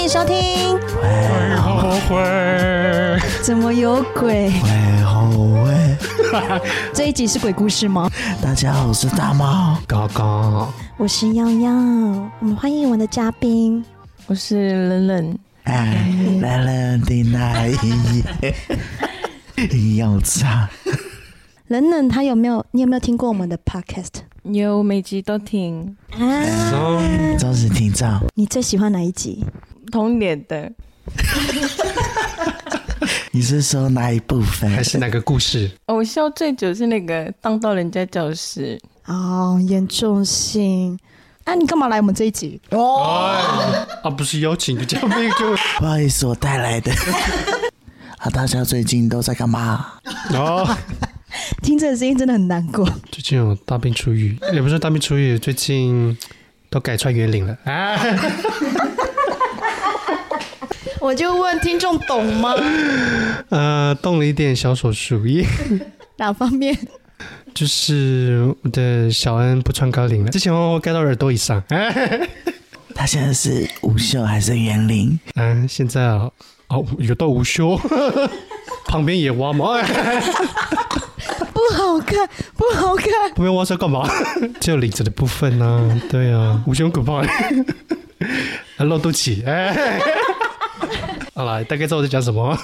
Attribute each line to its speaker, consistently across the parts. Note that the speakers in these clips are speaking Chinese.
Speaker 1: 迎收听。
Speaker 2: 会后悔，
Speaker 1: 怎么有鬼？
Speaker 2: 会后悔。
Speaker 1: 这一集是鬼故事吗？
Speaker 2: 大家好，我是大猫高高。
Speaker 1: 我是耀耀，我们欢迎我们的嘉宾。
Speaker 3: 我是冷冷，
Speaker 2: 哎，来了的那一夜，一样啊差。
Speaker 1: 冷冷，他有没有？你有没有听过我们的 podcast
Speaker 3: 有每集都听
Speaker 1: 啊？
Speaker 2: 忠实听众，
Speaker 1: 你最喜欢哪一集？
Speaker 3: 同脸的，
Speaker 2: 你是说哪一部分？
Speaker 4: 还是哪个故事？
Speaker 3: 哦我笑最久是那个当到人家教室，
Speaker 1: 哦，严重性。啊，你干嘛来我们这一集？
Speaker 4: 哎，啊，不是邀请，叫那个
Speaker 2: 不好意思，我带来的。啊，大家最近都在干嘛？
Speaker 4: 哦。
Speaker 1: 听这个声音真的很难过。
Speaker 4: 最近有大病初愈，也不是大病初愈，最近都改穿圆领了。哎，
Speaker 1: 我就问听众懂吗？
Speaker 4: 呃，动了一点小手术，耶，
Speaker 1: 哪方面？
Speaker 4: 就是我的小恩不穿高领了，之前我盖到耳朵以上。哎，
Speaker 2: 他现在是无袖还是圆领？
Speaker 4: 啊，现在啊，哦，有到无休， 旁边也挖嘛，哎，
Speaker 1: 不好看，不好看。
Speaker 4: 旁边挖是要干嘛？ 只有领子的部分呢、啊，对啊，无胸骨 棒，还露肚脐，哎。 好啦，大概知道我在讲什么。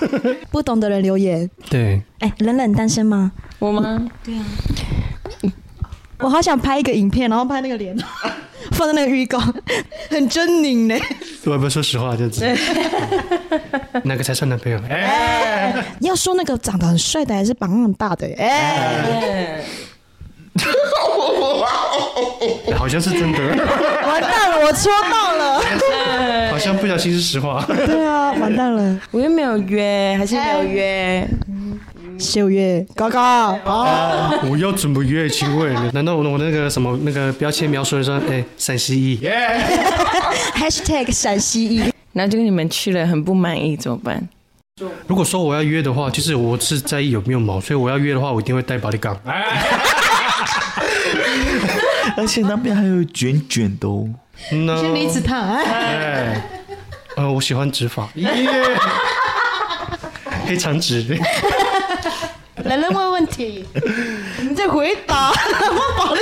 Speaker 1: 不懂的人留言。
Speaker 4: 对，
Speaker 1: 哎、冷冷单身吗？
Speaker 3: 我吗？
Speaker 1: 我好想拍一个影片，然后拍那个脸， 放在那个预告， 很狰狞呢。
Speaker 4: 我也不说实话，这样子， 哪个才算男朋友？哎、
Speaker 1: 要说那个长得很帅的，还是膀很大的？哎、
Speaker 4: 好像是真的，
Speaker 1: 完蛋了，我戳到了。
Speaker 4: 好像不小心是实话。
Speaker 1: 对啊，完蛋了。
Speaker 3: 我又没有约，还是没有约，
Speaker 1: 秀月，高高，哦，
Speaker 4: 我要怎么约？请问，难道我我那个什么那个标签描述的说，哎、陕西裔？哎，
Speaker 1: #hashtag 陕西一
Speaker 3: 然后就跟你们去了，很不满意，怎么办？
Speaker 4: 如果说我要约的话，就是我是在意有没有毛，所以我要约的话，我一定会带保利杠。哎，
Speaker 2: 而且那边还有卷卷的哦。
Speaker 4: 那
Speaker 1: 离子烫啊，
Speaker 4: 哎，呃，我喜欢直发，耶、黑长直。
Speaker 1: 来人问问 题，你在回答，我保了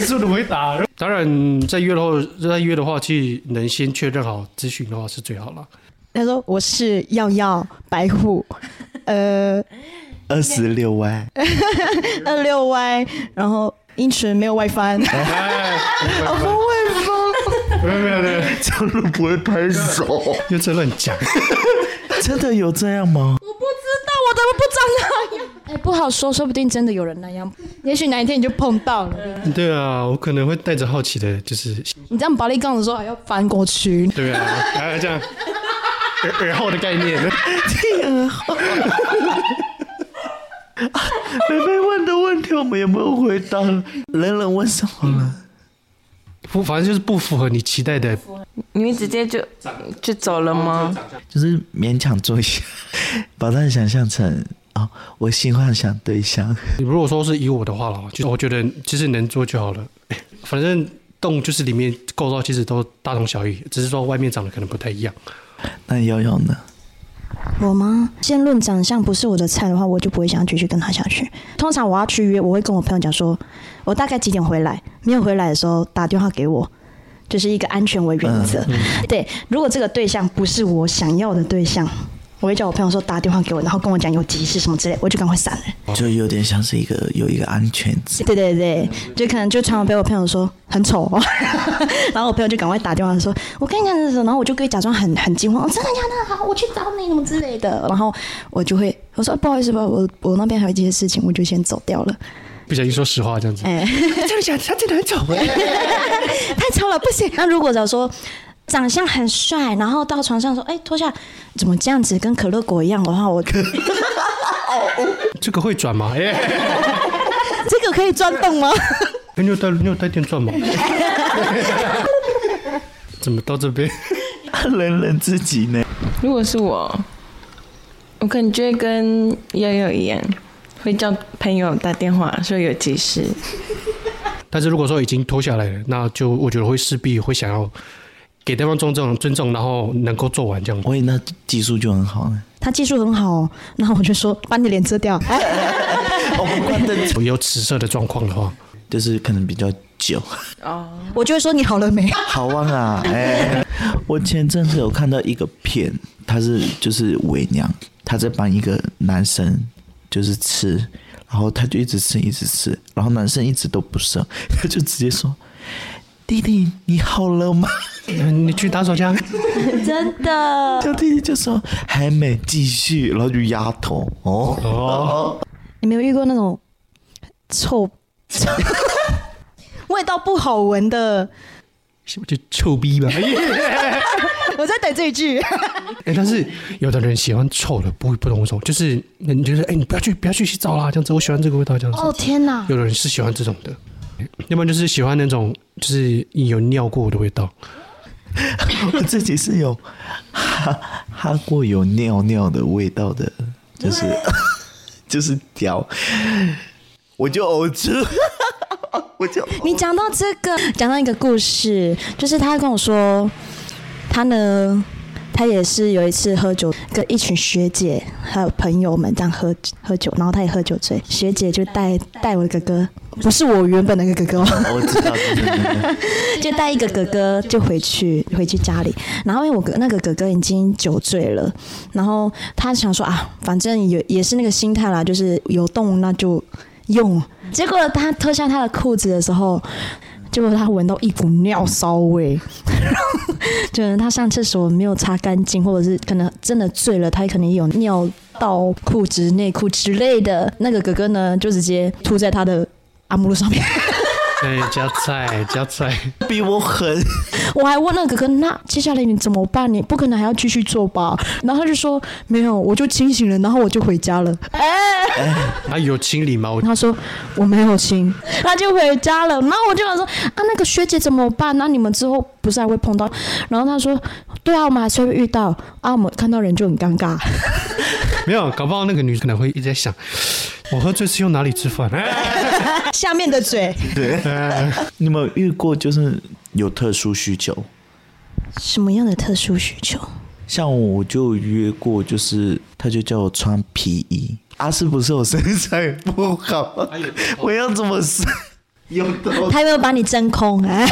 Speaker 4: 是的回答。当然，在约的话，在约的话，去能先确认好资讯的话是最好了。
Speaker 1: 他说我是耀耀白虎，呃，
Speaker 2: 二十六万，
Speaker 1: 二六 Y，然后英纯没有 WiFi，好不会疯。
Speaker 4: 没有没有没有，
Speaker 2: 真的不会拍手？
Speaker 4: 又在乱讲。
Speaker 2: 真的有这样吗？
Speaker 1: 不知道我的不长那样。哎、不好说，说不定真的有人那样，也许哪一天你就碰到了。
Speaker 4: 对啊，我可能会带着好奇的，就是
Speaker 1: 你这样保利杠的时候哎还要翻过去，
Speaker 4: 对啊，啊这样耳耳后的概念。
Speaker 2: 梅梅问的问题，我们有没有回答？冷冷问什么了？
Speaker 4: 不， 反正就是不符合你期待的。
Speaker 3: 你们直接就哦就走了吗？
Speaker 2: 就是勉强做一下，把它想象成哦，我新幻想对象。
Speaker 4: 你如果说是以我的话了，就我觉得其实能做就好了。 反正洞就是里面构造其实都大同小异，只是说外面长得可能不太一样。
Speaker 2: 那瑶瑶呢？
Speaker 1: 我吗？先论长相不是我的菜的话，我就不会想要继续跟他下去。通常我要去约，我会跟我朋友讲说，我大概几点回来，没有回来的时候打电话给我，就是一个安全为原则。对，如果这个对象不是我想要的对象，我会叫我朋友说打电话给我，然后跟我讲有急事什么之类，我就赶快闪了。
Speaker 2: 就有点像是一个有一个安全值，
Speaker 1: 对对对，就可能就传我被我朋友说很丑、哦， 然后我朋友就赶快打电话说，我跟你讲这是什么，然后我就可以假装很很惊慌，哦真的假的？好，我去找你什么之类的，然后我就会我说不好意思吧，我我那边还有一些事情，我就先走掉了。
Speaker 4: 不小心说实话这样子。
Speaker 1: 哎，
Speaker 2: 真的假的？他真的很丑欸
Speaker 1: 太丑了，不行。那如果假如说长相很帅，然后到床上说，哎，脱下怎么这样子，跟可乐果一样的话，我 这
Speaker 4: 这个会转吗？ 哎、
Speaker 1: 个可以转动吗？
Speaker 4: 哎，你有带你有带电钻吗？ 怎么到这边？
Speaker 2: 冷冷自己 呢？
Speaker 3: 如果是我，我可能就会跟悠悠一样，会叫朋友打电话说有急事，
Speaker 4: 但是如果说已经脱下来了，那就我觉得会势必会想要给对方尊重，尊重，然后能够做完这样。
Speaker 2: 喂，那技术就很好了。
Speaker 1: 他技术很好哦，那我就说把你脸遮掉。 哎，
Speaker 2: 哦我们关灯
Speaker 4: 有迟射的状况的话，
Speaker 2: 就是可能比较久。
Speaker 1: 我就会说你好了没？
Speaker 2: 好旺啊！哎、我前阵子有看到一个片，他是就是伪娘，她在帮一个男生就是吃，然后他就一直吃一直吃，然后男生一直都不射， 他就直接说：“弟弟，你好了吗
Speaker 4: 嗯 你去打手枪，
Speaker 1: 真？”的，
Speaker 2: 小弟弟就说：“还没，继续。”然后就压头哦。
Speaker 4: 哦，
Speaker 1: 你没有遇过那种 臭味道不好闻的？
Speaker 4: 是不是就臭逼吧？
Speaker 1: 我在等这一句。
Speaker 4: 哎、但是有的人喜欢臭的，不不懂为什么，就是你觉得，哎、你不要去，不要去洗澡啦，这样子，我喜欢这个味道，这样子。
Speaker 1: 哦天哪！
Speaker 4: 有的人是喜欢这种的，要不然就是喜欢那种就是有尿过的味道。
Speaker 2: 我 自己是有哈哈过有尿尿的味道的，就是 就是屌，我就呕吐， 我就呕
Speaker 1: 你讲到这个，讲到一个故事，就是他跟我说，他呢，他也是有一次喝酒，跟一群学姐还有朋友们这样喝喝酒，然后他也喝酒醉，学姐就带带我哥哥，不是我原本那个哥哥哦，
Speaker 2: 我知道，真的真的
Speaker 1: 就带一个哥哥就回去回去家里，然后因为我哥那个哥哥已经酒醉了，然后他想说啊，反正也也是那个心态啦，就是有动那就用。结果他脱下他的裤子的时候，结果他闻到一股尿骚 味，就是他上厕所没有擦干净，或者是可能真的醉了，他可能有尿到裤子、内裤之类的。那个哥哥呢，就直接吐在他的阿姆路上面。
Speaker 4: 对，哎加菜加菜，
Speaker 2: 比我狠，
Speaker 1: 我还问那个哥哥，那接下来你怎么办？你不可能还要继续做吧？然后他就说没有，我就清醒了，然后我就回家了。
Speaker 4: 啊，有清理吗？我
Speaker 1: 他说我没有亲， 他就回家了。然后我就想说啊，那个学姐怎么办？那你们之后不是还会碰到？然后他说对啊，我们还是会遇到啊，我们看到人就很尴尬。
Speaker 4: 没有，搞不好那个女生可能会一直在想，我喝醉是用哪里吃饭？哎
Speaker 1: 下面的嘴
Speaker 2: 对。你有没有遇过就是有特殊需求？
Speaker 1: 什么样的特殊需求？
Speaker 2: 像我就约过，就是他就叫我穿皮衣。啊，是不是我身材不好？我要怎么是有 头？
Speaker 1: 他有没有把你真空？ 哎，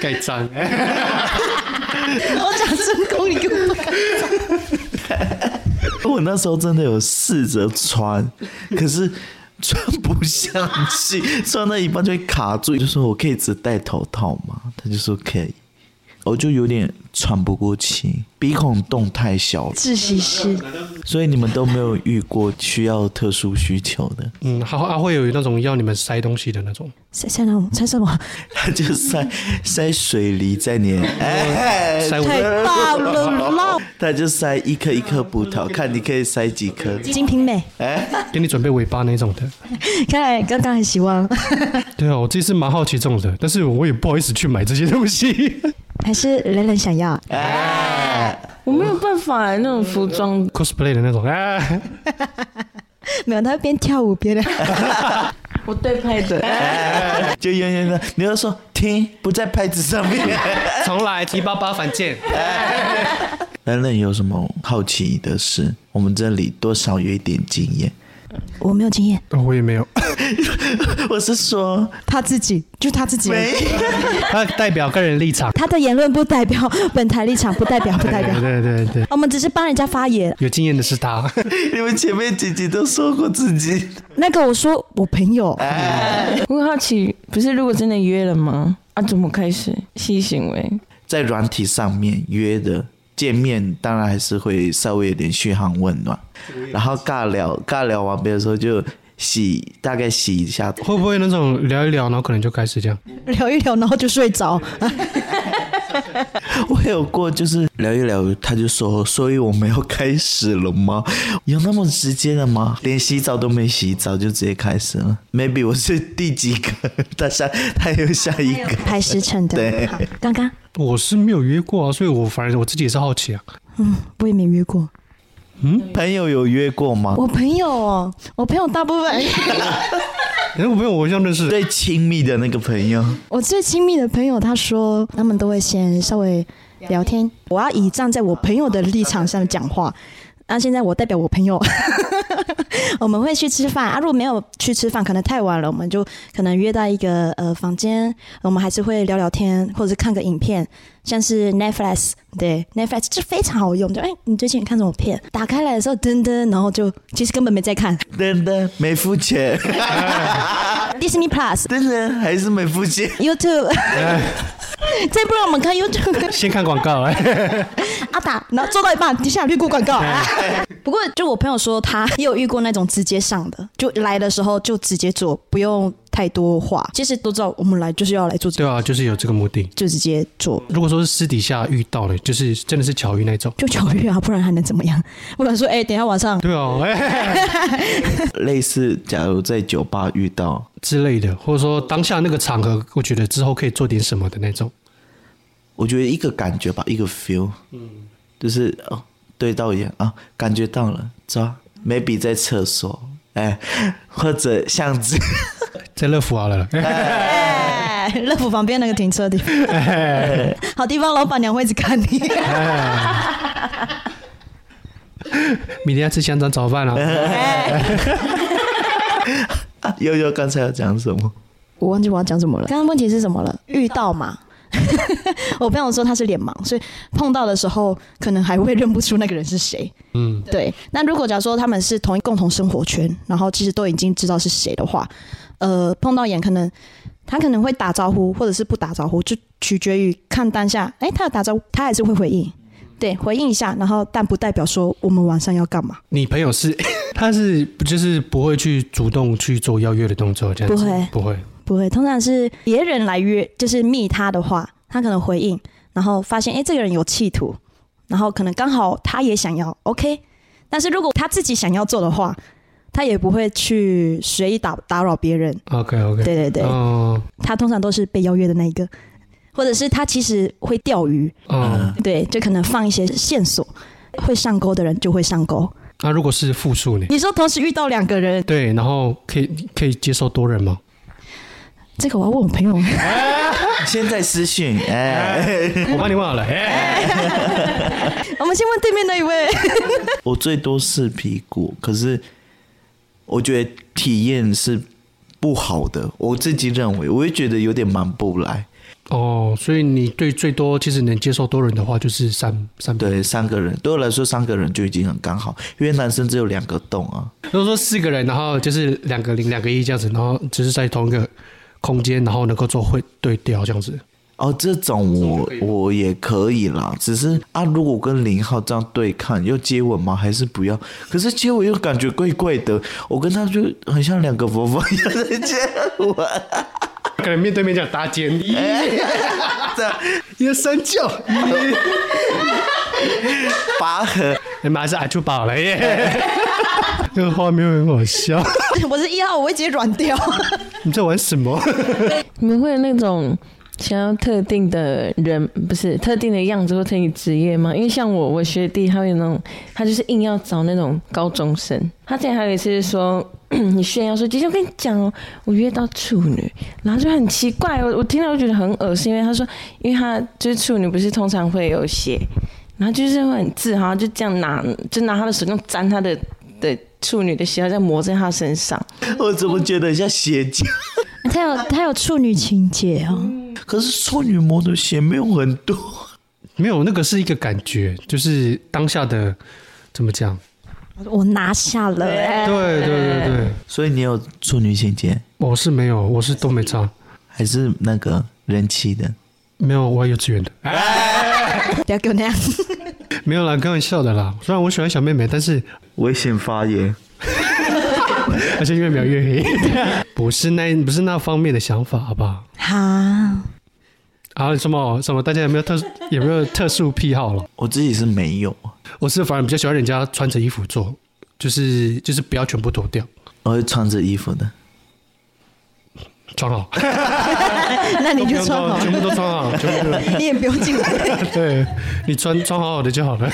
Speaker 4: 盖章，哎
Speaker 1: 我讲真空，你根本不敢。
Speaker 2: 我那时候真的有试着穿，可是 穿不下去，穿到一半就会卡住。就说我可以只戴头套吗？他就说可以，我就有点喘不过气，鼻孔洞太小了。
Speaker 1: 窒息室
Speaker 2: 所以你们都没有遇过需要特殊需求的，
Speaker 4: 嗯，还还会有那种要你们塞东西的那种，
Speaker 1: 塞塞那种塞什么？
Speaker 2: 他就塞塞水梨在你，哎，
Speaker 4: 塞我
Speaker 1: 太棒了啦！
Speaker 2: 他就塞一颗一颗葡萄，看你可以塞几颗。
Speaker 1: 金瓶梅。
Speaker 4: 给你准备尾巴那种的。
Speaker 1: 看来刚刚很喜欢，
Speaker 4: 对啊，我自己是蛮好奇这种的，但是我也不好意思去买这些东西。
Speaker 1: 还是人人想要。
Speaker 3: 我没有办法、那种服装
Speaker 4: cosplay 的那种，哎，
Speaker 1: 没有，他会边跳舞边的。
Speaker 3: 我对拍的，
Speaker 2: 就远远的，你要说停，不在拍子上面。
Speaker 4: 重来提八八反舰。
Speaker 2: 人人有什么好奇的事？我们这里多少有一点经验。
Speaker 1: 我没有经验，
Speaker 4: 我也没有，
Speaker 2: 我是说，
Speaker 1: 他自己就他自己而已，
Speaker 2: 没
Speaker 4: 他代表个人立场。
Speaker 1: 他的言论不代表 本台立场，不代表不代表
Speaker 4: 对。对对对，
Speaker 1: 我们只是帮人家发言。
Speaker 4: 有经验的是他。
Speaker 2: 你们前面几集都说过自己，
Speaker 1: 那个我说我朋友，
Speaker 3: 我很好奇，不是如果真的约了吗？啊，怎么开始性行为？
Speaker 2: 在软体上面约的见面，当然还是会稍微有点嘘寒问暖，然后尬聊，尬聊完别的时候就洗，大概洗一下头。
Speaker 4: 会不会那种聊一聊，然后可能就开始这样？
Speaker 1: 聊一聊，然后就睡着。
Speaker 2: 我有过就是聊一聊，他就说，所以我们要开始了吗？有那么直接的吗？连洗澡都没洗澡就直接开始了？Maybe 我是第几个？他下他有下一个。
Speaker 1: 排时辰的，
Speaker 2: 对
Speaker 1: 好刚刚
Speaker 4: 我是没有约过啊，所以我反正我自己也是好奇啊。
Speaker 1: 我也没约过，
Speaker 2: 嗯，朋友有约过吗？
Speaker 1: 我朋友哦，我朋友大部分，
Speaker 4: 哎，我朋友我好像认识，
Speaker 2: 最亲密的那个朋友，
Speaker 1: 我最亲密的朋友，他说他们都会先稍微聊天。我要以站在我朋友的立场上讲话。那、现在我代表我朋友， 我们会去吃饭啊。如果没有去吃饭，可能太晚了，我们就可能约到一个呃房间，我们还是会聊聊天，或者是看个影片，像是 Netflix，对 Netflix 这非常好用。就哎、你最近看什么片？打开来的时候，噔噔，然后就其实根本没在看
Speaker 2: 噔噔没付钱，
Speaker 1: Disney Plus、
Speaker 2: 噔噔还是没付钱。
Speaker 1: YouTube，再不然我们看 YouTube。
Speaker 4: 先看广告哎，
Speaker 1: 阿达，然后做到一半，底下绿过广告。 不过，就我朋友说，他也有遇过那种直接上的，就来的时候就直接做，不用太多话。其实都知道，我们来就是要来做这
Speaker 4: 对
Speaker 1: 个，
Speaker 4: 啊，就是有这个目的。
Speaker 1: 就直接做，
Speaker 4: 如果说是私底下遇到了，就是真的是巧遇那种，
Speaker 1: 就巧遇啊，不然还能怎么样？ 不敢说，哎、等一下晚 上
Speaker 4: 对啊，哎
Speaker 2: 类似，假如在酒吧遇到，
Speaker 4: 之类的，或者说当下那个场合，我觉得之后可以做点什么的那种。
Speaker 2: 我觉得一个感觉吧，一个 feel，嗯，就是哦，对到眼啊，感觉到了，走啊，maybe 在厕所，哎，或者巷子，
Speaker 4: 在乐福啊了，
Speaker 1: 哎，乐福旁边那个停车地 方，好地方，老板娘会一直看你。
Speaker 4: 明天要吃香肠早饭啊。
Speaker 1: 哎
Speaker 2: 啊悠悠刚才要讲什么？
Speaker 1: 我忘记我要讲什么了。刚刚问题是什么了？遇到嘛。 我朋友说他是脸盲，所以碰到的时候可能还会认不出那个人是谁。
Speaker 4: 嗯，
Speaker 1: 对。那如果假如说他们是同一共同生活圈，然后其实都已经知道是谁的话，呃，碰到眼可能他可能会打招呼，或者是不打招呼，就取决于看当下。哎，他有打招呼，他还是会回应，对，回应一下，然后但不代表说我们晚上要干嘛，
Speaker 4: 你朋友是 他是就是不会去主动去做邀约的动作，这样子
Speaker 1: 不会
Speaker 4: 不会。
Speaker 1: 不会。通常是别人来约，就是密他的话，他可能回应，然后发现哎，诶这个人有企图，然后可能刚好他也想要，OK。但是如果他自己想要做的话，他也不会去随意打打扰别人。
Speaker 4: OK OK，
Speaker 1: 对对对，
Speaker 4: 哦
Speaker 1: 他通常都是被邀约的那一个，或者是他其实会钓鱼，
Speaker 4: 哦，
Speaker 1: 对，就可能放一些线索，会上钩的人就会上钩。
Speaker 4: 那如果是复数呢？
Speaker 1: 你说同时遇到两个人，
Speaker 4: 对，然后可以可以接受多人 吗？
Speaker 1: 这个我要问我朋友。
Speaker 2: 嗯现在私讯，哎，
Speaker 4: 我帮你问好了。哎
Speaker 1: 我们先问对面那一位，
Speaker 2: 我最多是屁股，可是我觉得体验是不好的，我自己认为，我会觉得有点忙不来。
Speaker 4: 哦，所以你对最多其实能接受多人的话就是三三对。
Speaker 2: 对，三个人对我来说，三个人就已经很刚好，因为男生只有两个洞啊。
Speaker 4: 如果说四个人，然后就是两个零两个一这样子，然后只是在同一个空间，然后能够做会对调这样子。
Speaker 2: 哦，这种我我也可以啦，只是啊，如果跟零号这样对看，要接吻吗？还是不要？可是接吻又感觉怪怪的，我跟他就很像两个佛佛一样在接吻，
Speaker 4: 可能面对面这样搭肩，哎
Speaker 2: 这样
Speaker 4: 一个三叫，
Speaker 2: 拔河。
Speaker 4: 马上阿就饱了耶。 这个画面很好笑，
Speaker 1: 我是一号，我会直接软掉。
Speaker 4: 你在玩什 么？
Speaker 3: 你们会有那种想要特定的人，不是特定的样子或特定职业吗？因为像我，我学弟他有那种，他就是硬要找那种高中生。他之前还有一次是说， 你炫耀说，姐姐我跟你讲哦，我约到处女，然后就很奇怪，我我听到就觉得很恶心，因为他说，因为他就是处女不是通常会有血，然后就是会很自豪，就这样拿就拿他的手这样沾他的的处女的血，这样抹在他身上。
Speaker 2: 我怎么觉得很像邪教？
Speaker 1: 他有他有处女情节哦，
Speaker 2: 可是处女膜的血没有很多，
Speaker 4: 没有，那个是一个感觉，就是当下的怎么讲？
Speaker 1: 我拿下了、哎
Speaker 4: 对对对对，
Speaker 2: 所以你有处女情节，
Speaker 4: 我是没有，我是都没差，
Speaker 2: 还是那个人妻的？
Speaker 4: 没有，我还幼稚园的，哎
Speaker 1: 不要给我 那样。
Speaker 4: 没有啦，开玩笑的啦。虽然我喜欢小妹妹，但是
Speaker 2: 危险发言。
Speaker 4: 而且越描越黑， 不是那不是那方面的想法，好不好？
Speaker 1: 好，
Speaker 4: 啊，什么什么？大家有没有特有没有特殊癖好了？
Speaker 2: 我自己是没有，
Speaker 4: 我是反而比较喜欢人家穿着衣服做，就是就是不要全部脱掉，
Speaker 2: 我会穿着衣服的。
Speaker 4: 穿好，
Speaker 1: 那你就穿好
Speaker 4: 全
Speaker 1: 了，
Speaker 4: 部都穿好，全部都
Speaker 1: 你也不 用进来。
Speaker 4: 对你穿穿好好的就好了。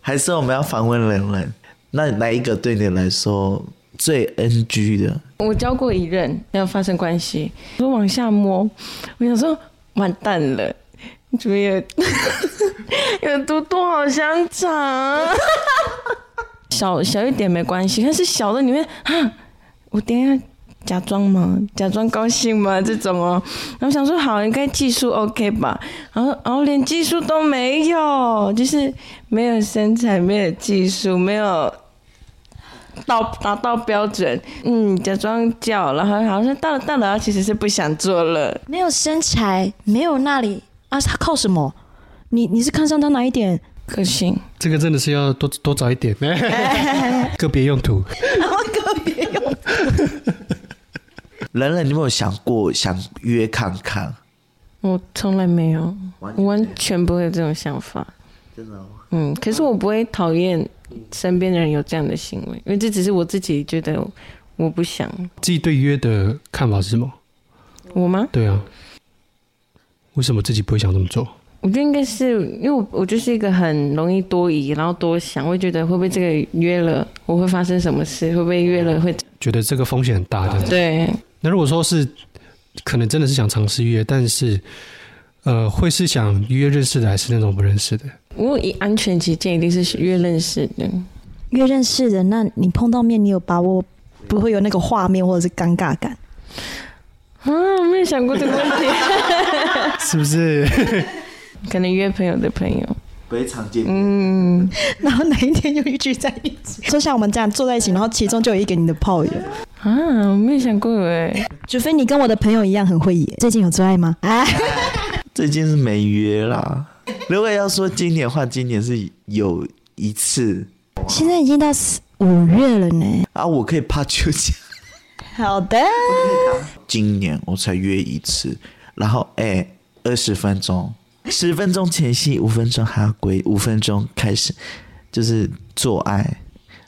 Speaker 2: 还是我们要访问人人？那哪一个对你来说最 NG 的？
Speaker 3: 我交过一任，然后发生关系，我往下摸，我想说完蛋了，怎么有 有嘟嘟好香肠啊？小小一点没关系，但是小的里面啊，我等一下假装嘛，假装高兴嘛这种哦。然后想说好，应该技术 OK 吧，然后然后连技术都没有，就是没有身材，没有技术，没有到达到标准，嗯，假装叫，然后好像到了到了，然后其实是不想做了。
Speaker 1: 没有身材，没有那里啊，他靠什么？你你是看上他哪一点？
Speaker 3: 可行，
Speaker 4: 这个真的是要多多找一点， 个别用途。
Speaker 2: 人人，你有没有想过想约看看？
Speaker 3: 我从来没有，
Speaker 2: 完
Speaker 3: 我完全不会有这种想法。
Speaker 2: 真的、哦。
Speaker 3: 嗯，可是我不会讨厌身边的人有这样的行为，因为这只是我自己觉得我不想。
Speaker 4: 自己对约的看法是什么？
Speaker 3: 我吗？
Speaker 4: 对啊，为什么自己不会想这么做？
Speaker 3: 我觉得应该是因为我我就是一个很容易多疑，然后多想，会觉得会不会这个约了我会发生什么事，会不会约了会
Speaker 4: 觉得这个风险很
Speaker 1: 啊
Speaker 4: 大，这样子。
Speaker 3: 对
Speaker 4: 那如果说是可能真的是想尝试约，但是呃，会是想约认识的，还是那种不认识的？
Speaker 3: 我以安全起见，一定是约认识的。
Speaker 1: 越认识人，那你碰到面，你有把握不会有那个画面或者是尴尬感？
Speaker 3: 啊，我没有想过这个问题，
Speaker 4: 是不是？
Speaker 3: 可能约朋友的朋友，
Speaker 2: 不会常见。
Speaker 3: 嗯，
Speaker 1: 然后哪一天又聚在一起？嗯就像我们这样坐在一起，然后其中就有一个你的炮友，
Speaker 3: 啊，我没有想过哎，
Speaker 1: 除非你跟我的朋友一样很会野。最近有做爱吗？啊，
Speaker 2: 最近是没约啦。如果要说今年的话，今年是有一次
Speaker 1: 现在已经到四五月了呢。
Speaker 2: 啊，我可以怕秋千。
Speaker 1: 好的，
Speaker 2: 今年我才约一次，然后哎，二十分钟，十分钟前戏，五分钟还要归，五分钟开始就是做爱，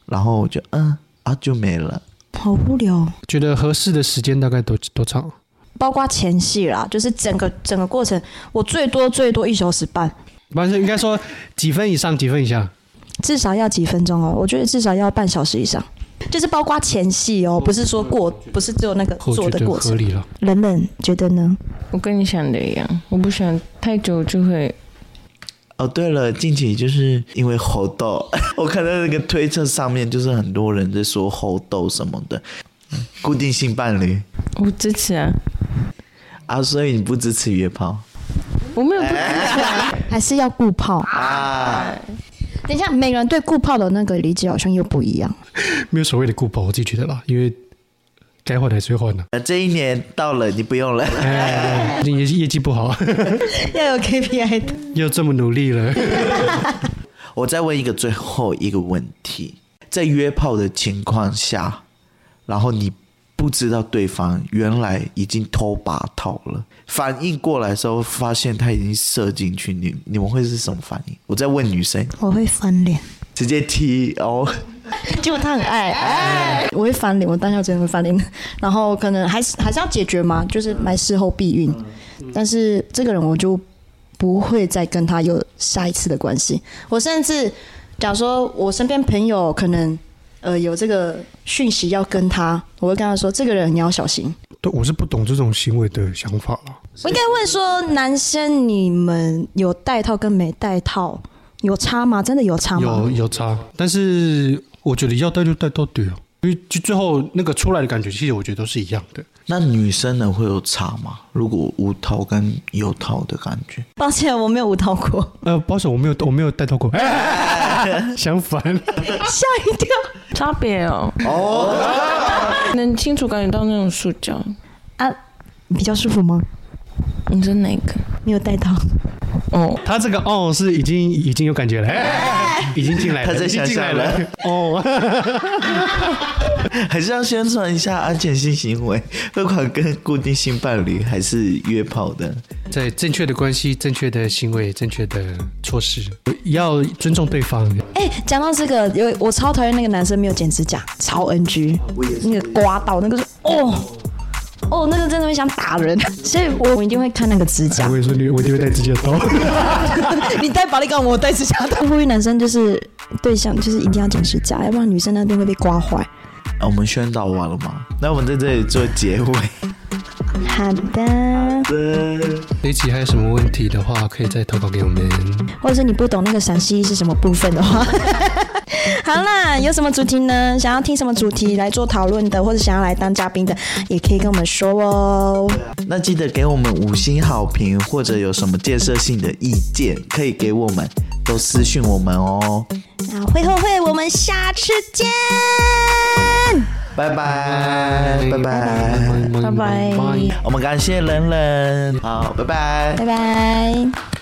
Speaker 2: 然后我就嗯啊就没了。
Speaker 1: 好无聊。
Speaker 4: 觉得合适的时间大概多多长？
Speaker 1: 包括前戏啦，就是整个整个过程，我最多最多一小时半，
Speaker 4: 不是应该说几分以上，几分以下？
Speaker 1: 至少要几分钟哦。我觉得至少要半小时以上，就是包括前戏哦，不是说过，不是只有那个
Speaker 4: 我觉
Speaker 1: 做的
Speaker 4: 得
Speaker 1: 过
Speaker 4: 合
Speaker 1: 程。
Speaker 4: 理了。
Speaker 1: 冷冷觉得 呢？
Speaker 3: 我跟你想的一样，我不想太久就会
Speaker 2: 哦，对了，近期就是因为猴痘， 我看到那个推特上面就是很多人在说猴痘什么的，固定性伴侣
Speaker 3: 我支持啊，
Speaker 2: 啊，所以你不支持约炮
Speaker 3: 我没有不支
Speaker 1: 哎
Speaker 3: 持啊，
Speaker 1: 还是要顾泡？
Speaker 2: 啊？
Speaker 1: 等一下，每个人对顾泡的那个理解好像又不一样。
Speaker 4: 没有所谓的固保，我自己觉得啦，因为该换的还是会换的、
Speaker 2: 呃这一年到了，你不用了。
Speaker 4: 哎，最近业绩业绩不好，
Speaker 1: 要有 KPI 的。
Speaker 4: 又这么努力了，
Speaker 2: 我再问一个最后一个问题：在约炮的情况下，然后你不知道对方原来已经偷把套了，反应过来的时候发现他已经射进去，你你们会是什么反应？我在问女生，
Speaker 1: 我会翻脸，
Speaker 2: 直接 T O。
Speaker 1: 结果他很爱，哎，我会翻脸，我当下真的会翻脸。然后可能还是还是要解决嘛，就是买事后避孕。但是这个人我就不会再跟他有下一次的关系。我甚至假如说我身边朋友可能呃有这个讯息要跟他，我会跟他说这个人你要小心。
Speaker 4: 对，我是不懂这种行为的想法了。
Speaker 1: 我应该问说，男生你们有戴套跟没戴套有差吗？真的有差吗
Speaker 4: 有？有差，但是我觉得要带就带到底哦，因为就最后那个出来的感觉，其实我觉得都是一样的。
Speaker 2: 那女生呢会有差吗？如果无套跟有套的感觉，
Speaker 1: 抱歉，我没有无套过，
Speaker 4: 呃，保守我没有我没有带 到过，相反，
Speaker 1: 吓一跳。
Speaker 3: 差别哦， 能清楚感觉到那种塑胶，
Speaker 1: 啊你比较舒服吗？
Speaker 3: 你说哪一个？
Speaker 1: 你有戴套？
Speaker 3: 哦，
Speaker 4: 他这个哦是已经已经有感觉了，已经进来了，
Speaker 2: 哎他在
Speaker 4: 已经
Speaker 2: 想
Speaker 4: 进来
Speaker 2: 象了
Speaker 4: 了，哦，
Speaker 2: 还是要宣传一下安全性行为，不管跟固定性伴侣还是约炮的。
Speaker 4: 在正确的关系、正确的行为、正确的措施，要尊重对方。
Speaker 1: 哎、讲到这个，有我超讨厌那个男生没有剪指甲，超 NG，那个刮到那个是哦，哦，那个真的会想打人， 所以我我一定会看那个指甲
Speaker 4: 我。也说你，我一定会带指甲 刀。
Speaker 1: 你戴保利杠，我戴指甲刀。呼吁男生就是对象就是一定要剪指甲，要不然女生那边会被刮坏。
Speaker 2: 啊我们宣导完了吗？那我们在这里做结尾。
Speaker 1: 好的，
Speaker 2: 呃
Speaker 4: 这一期还有什么问题的话，可以再投稿给我们。
Speaker 1: 或者是你不懂那个陕西是什么部分的话， 好啦，有什么主题呢？想要听什么主题来做讨论的，或者想要来当嘉宾的，也可以跟我们说哦。
Speaker 2: 那记得给我们五星好评，或者有什么建设性的意见，可以给我们，都私讯我们哦。
Speaker 1: 那会后会，我们下次见，
Speaker 2: 拜拜，啊拜拜。
Speaker 1: 拜拜
Speaker 2: 我们感谢冷冷，好，拜拜
Speaker 1: 拜拜。